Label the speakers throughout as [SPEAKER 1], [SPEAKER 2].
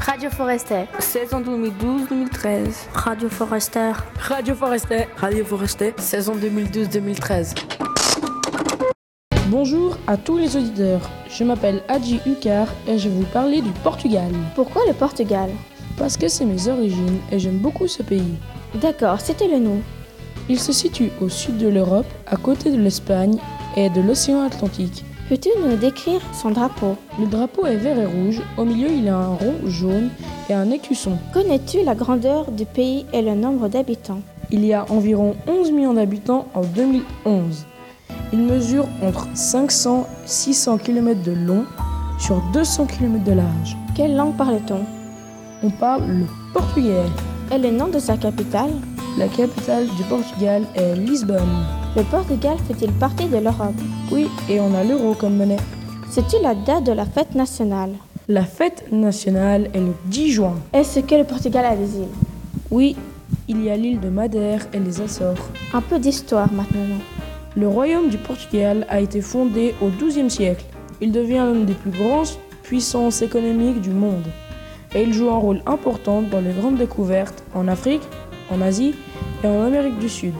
[SPEAKER 1] Radio Forester.
[SPEAKER 2] Saison 2012-2013.
[SPEAKER 3] Radio Forester.
[SPEAKER 4] Radio Forester.
[SPEAKER 5] Radio Forester.
[SPEAKER 6] Saison 2012-2013.
[SPEAKER 7] Bonjour à tous les auditeurs. Je m'appelle Adji Ukar et je vais vous parler du Portugal.
[SPEAKER 1] Pourquoi le Portugal
[SPEAKER 7] Parce que c'est mes origines et j'aime beaucoup ce pays.
[SPEAKER 1] D'accord, c'était le nous.
[SPEAKER 7] Il se situe au sud de l'Europe, à côté de l'Espagne et de l'océan Atlantique.
[SPEAKER 1] Peux-tu nous décrire son drapeau
[SPEAKER 7] Le drapeau est vert et rouge, au milieu il a un rond jaune et un écusson.
[SPEAKER 1] Connais-tu la grandeur du pays et le nombre d'habitants
[SPEAKER 7] Il y a environ 11 millions d'habitants en 2011. Il mesure entre 500 et 600 km de long sur 200 km de large.
[SPEAKER 1] Quelle langue parle-t-on
[SPEAKER 7] On parle le portugais.
[SPEAKER 1] Et le nom de sa capitale
[SPEAKER 7] La capitale du Portugal est Lisbonne.
[SPEAKER 1] Le Portugal fait-il partie de l'Europe
[SPEAKER 7] Oui, et on a l'euro comme monnaie.
[SPEAKER 1] Sais-tu la date de la fête nationale
[SPEAKER 7] La fête nationale est le 10 juin.
[SPEAKER 1] Est-ce que le Portugal a des îles
[SPEAKER 7] Oui, il y a l'île de Madère et les Açores.
[SPEAKER 1] Un peu d'histoire maintenant.
[SPEAKER 7] Le royaume du Portugal a été fondé au XIIe siècle. Il devient l'une des plus grandes puissances économiques du monde. Et il joue un rôle important dans les grandes découvertes en Afrique, en Asie et en Amérique du Sud.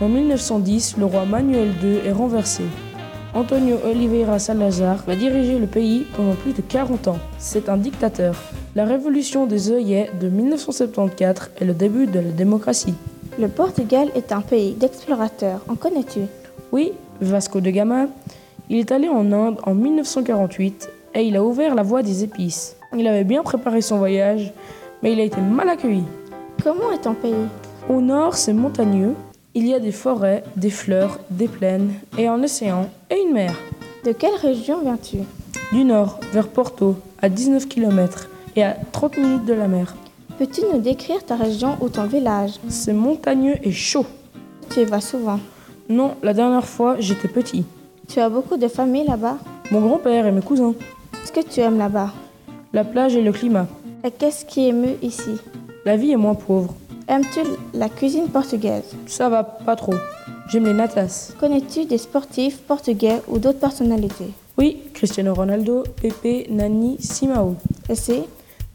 [SPEAKER 7] En 1910, le roi Manuel II est renversé. Antonio Oliveira Salazar va diriger le pays pendant plus de 40 ans. C'est un dictateur. La révolution des œillets de 1974 est le début de la démocratie.
[SPEAKER 1] Le Portugal est un pays d'explorateurs, en connais-tu
[SPEAKER 7] Oui, Vasco de Gama. Il est allé en Inde en 1948 et il a ouvert la voie des épices. Il avait bien préparé son voyage, mais il a été mal accueilli.
[SPEAKER 1] Comment est ton pays
[SPEAKER 7] Au nord, c'est montagneux. Il y a des forêts, des fleurs, des plaines et un océan et une mer.
[SPEAKER 1] De quelle région viens-tu
[SPEAKER 7] Du nord, vers Porto, à 19 km et à 30 minutes de la mer.
[SPEAKER 1] Peux-tu nous décrire ta région ou ton village
[SPEAKER 7] C'est montagneux et chaud.
[SPEAKER 1] Tu y vas souvent
[SPEAKER 7] Non, la dernière fois, j'étais petit.
[SPEAKER 1] Tu as beaucoup de familles là-bas
[SPEAKER 7] Mon grand-père et mes cousins.
[SPEAKER 1] Qu'est-ce que tu aimes là-bas
[SPEAKER 7] La plage et le climat.
[SPEAKER 1] Et qu'est-ce qui est mieux ici
[SPEAKER 7] La vie est moins pauvre.
[SPEAKER 1] Aimes-tu la cuisine portugaise
[SPEAKER 7] Ça va pas trop. J'aime les natas.
[SPEAKER 1] Connais-tu des sportifs portugais ou d'autres personnalités
[SPEAKER 7] Oui, Cristiano Ronaldo, Pepe, Nani, Simao.
[SPEAKER 1] Et c'est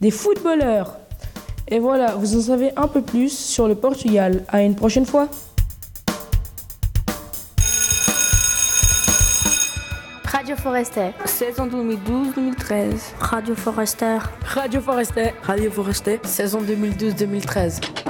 [SPEAKER 7] Des footballeurs et voilà, vous en savez un peu plus sur le Portugal. À une prochaine fois.
[SPEAKER 1] Radio Forester.
[SPEAKER 2] Saison 2012-2013.
[SPEAKER 3] Radio Forester.
[SPEAKER 4] Radio Forester.
[SPEAKER 5] Radio Forester.
[SPEAKER 6] Saison 2012-2013.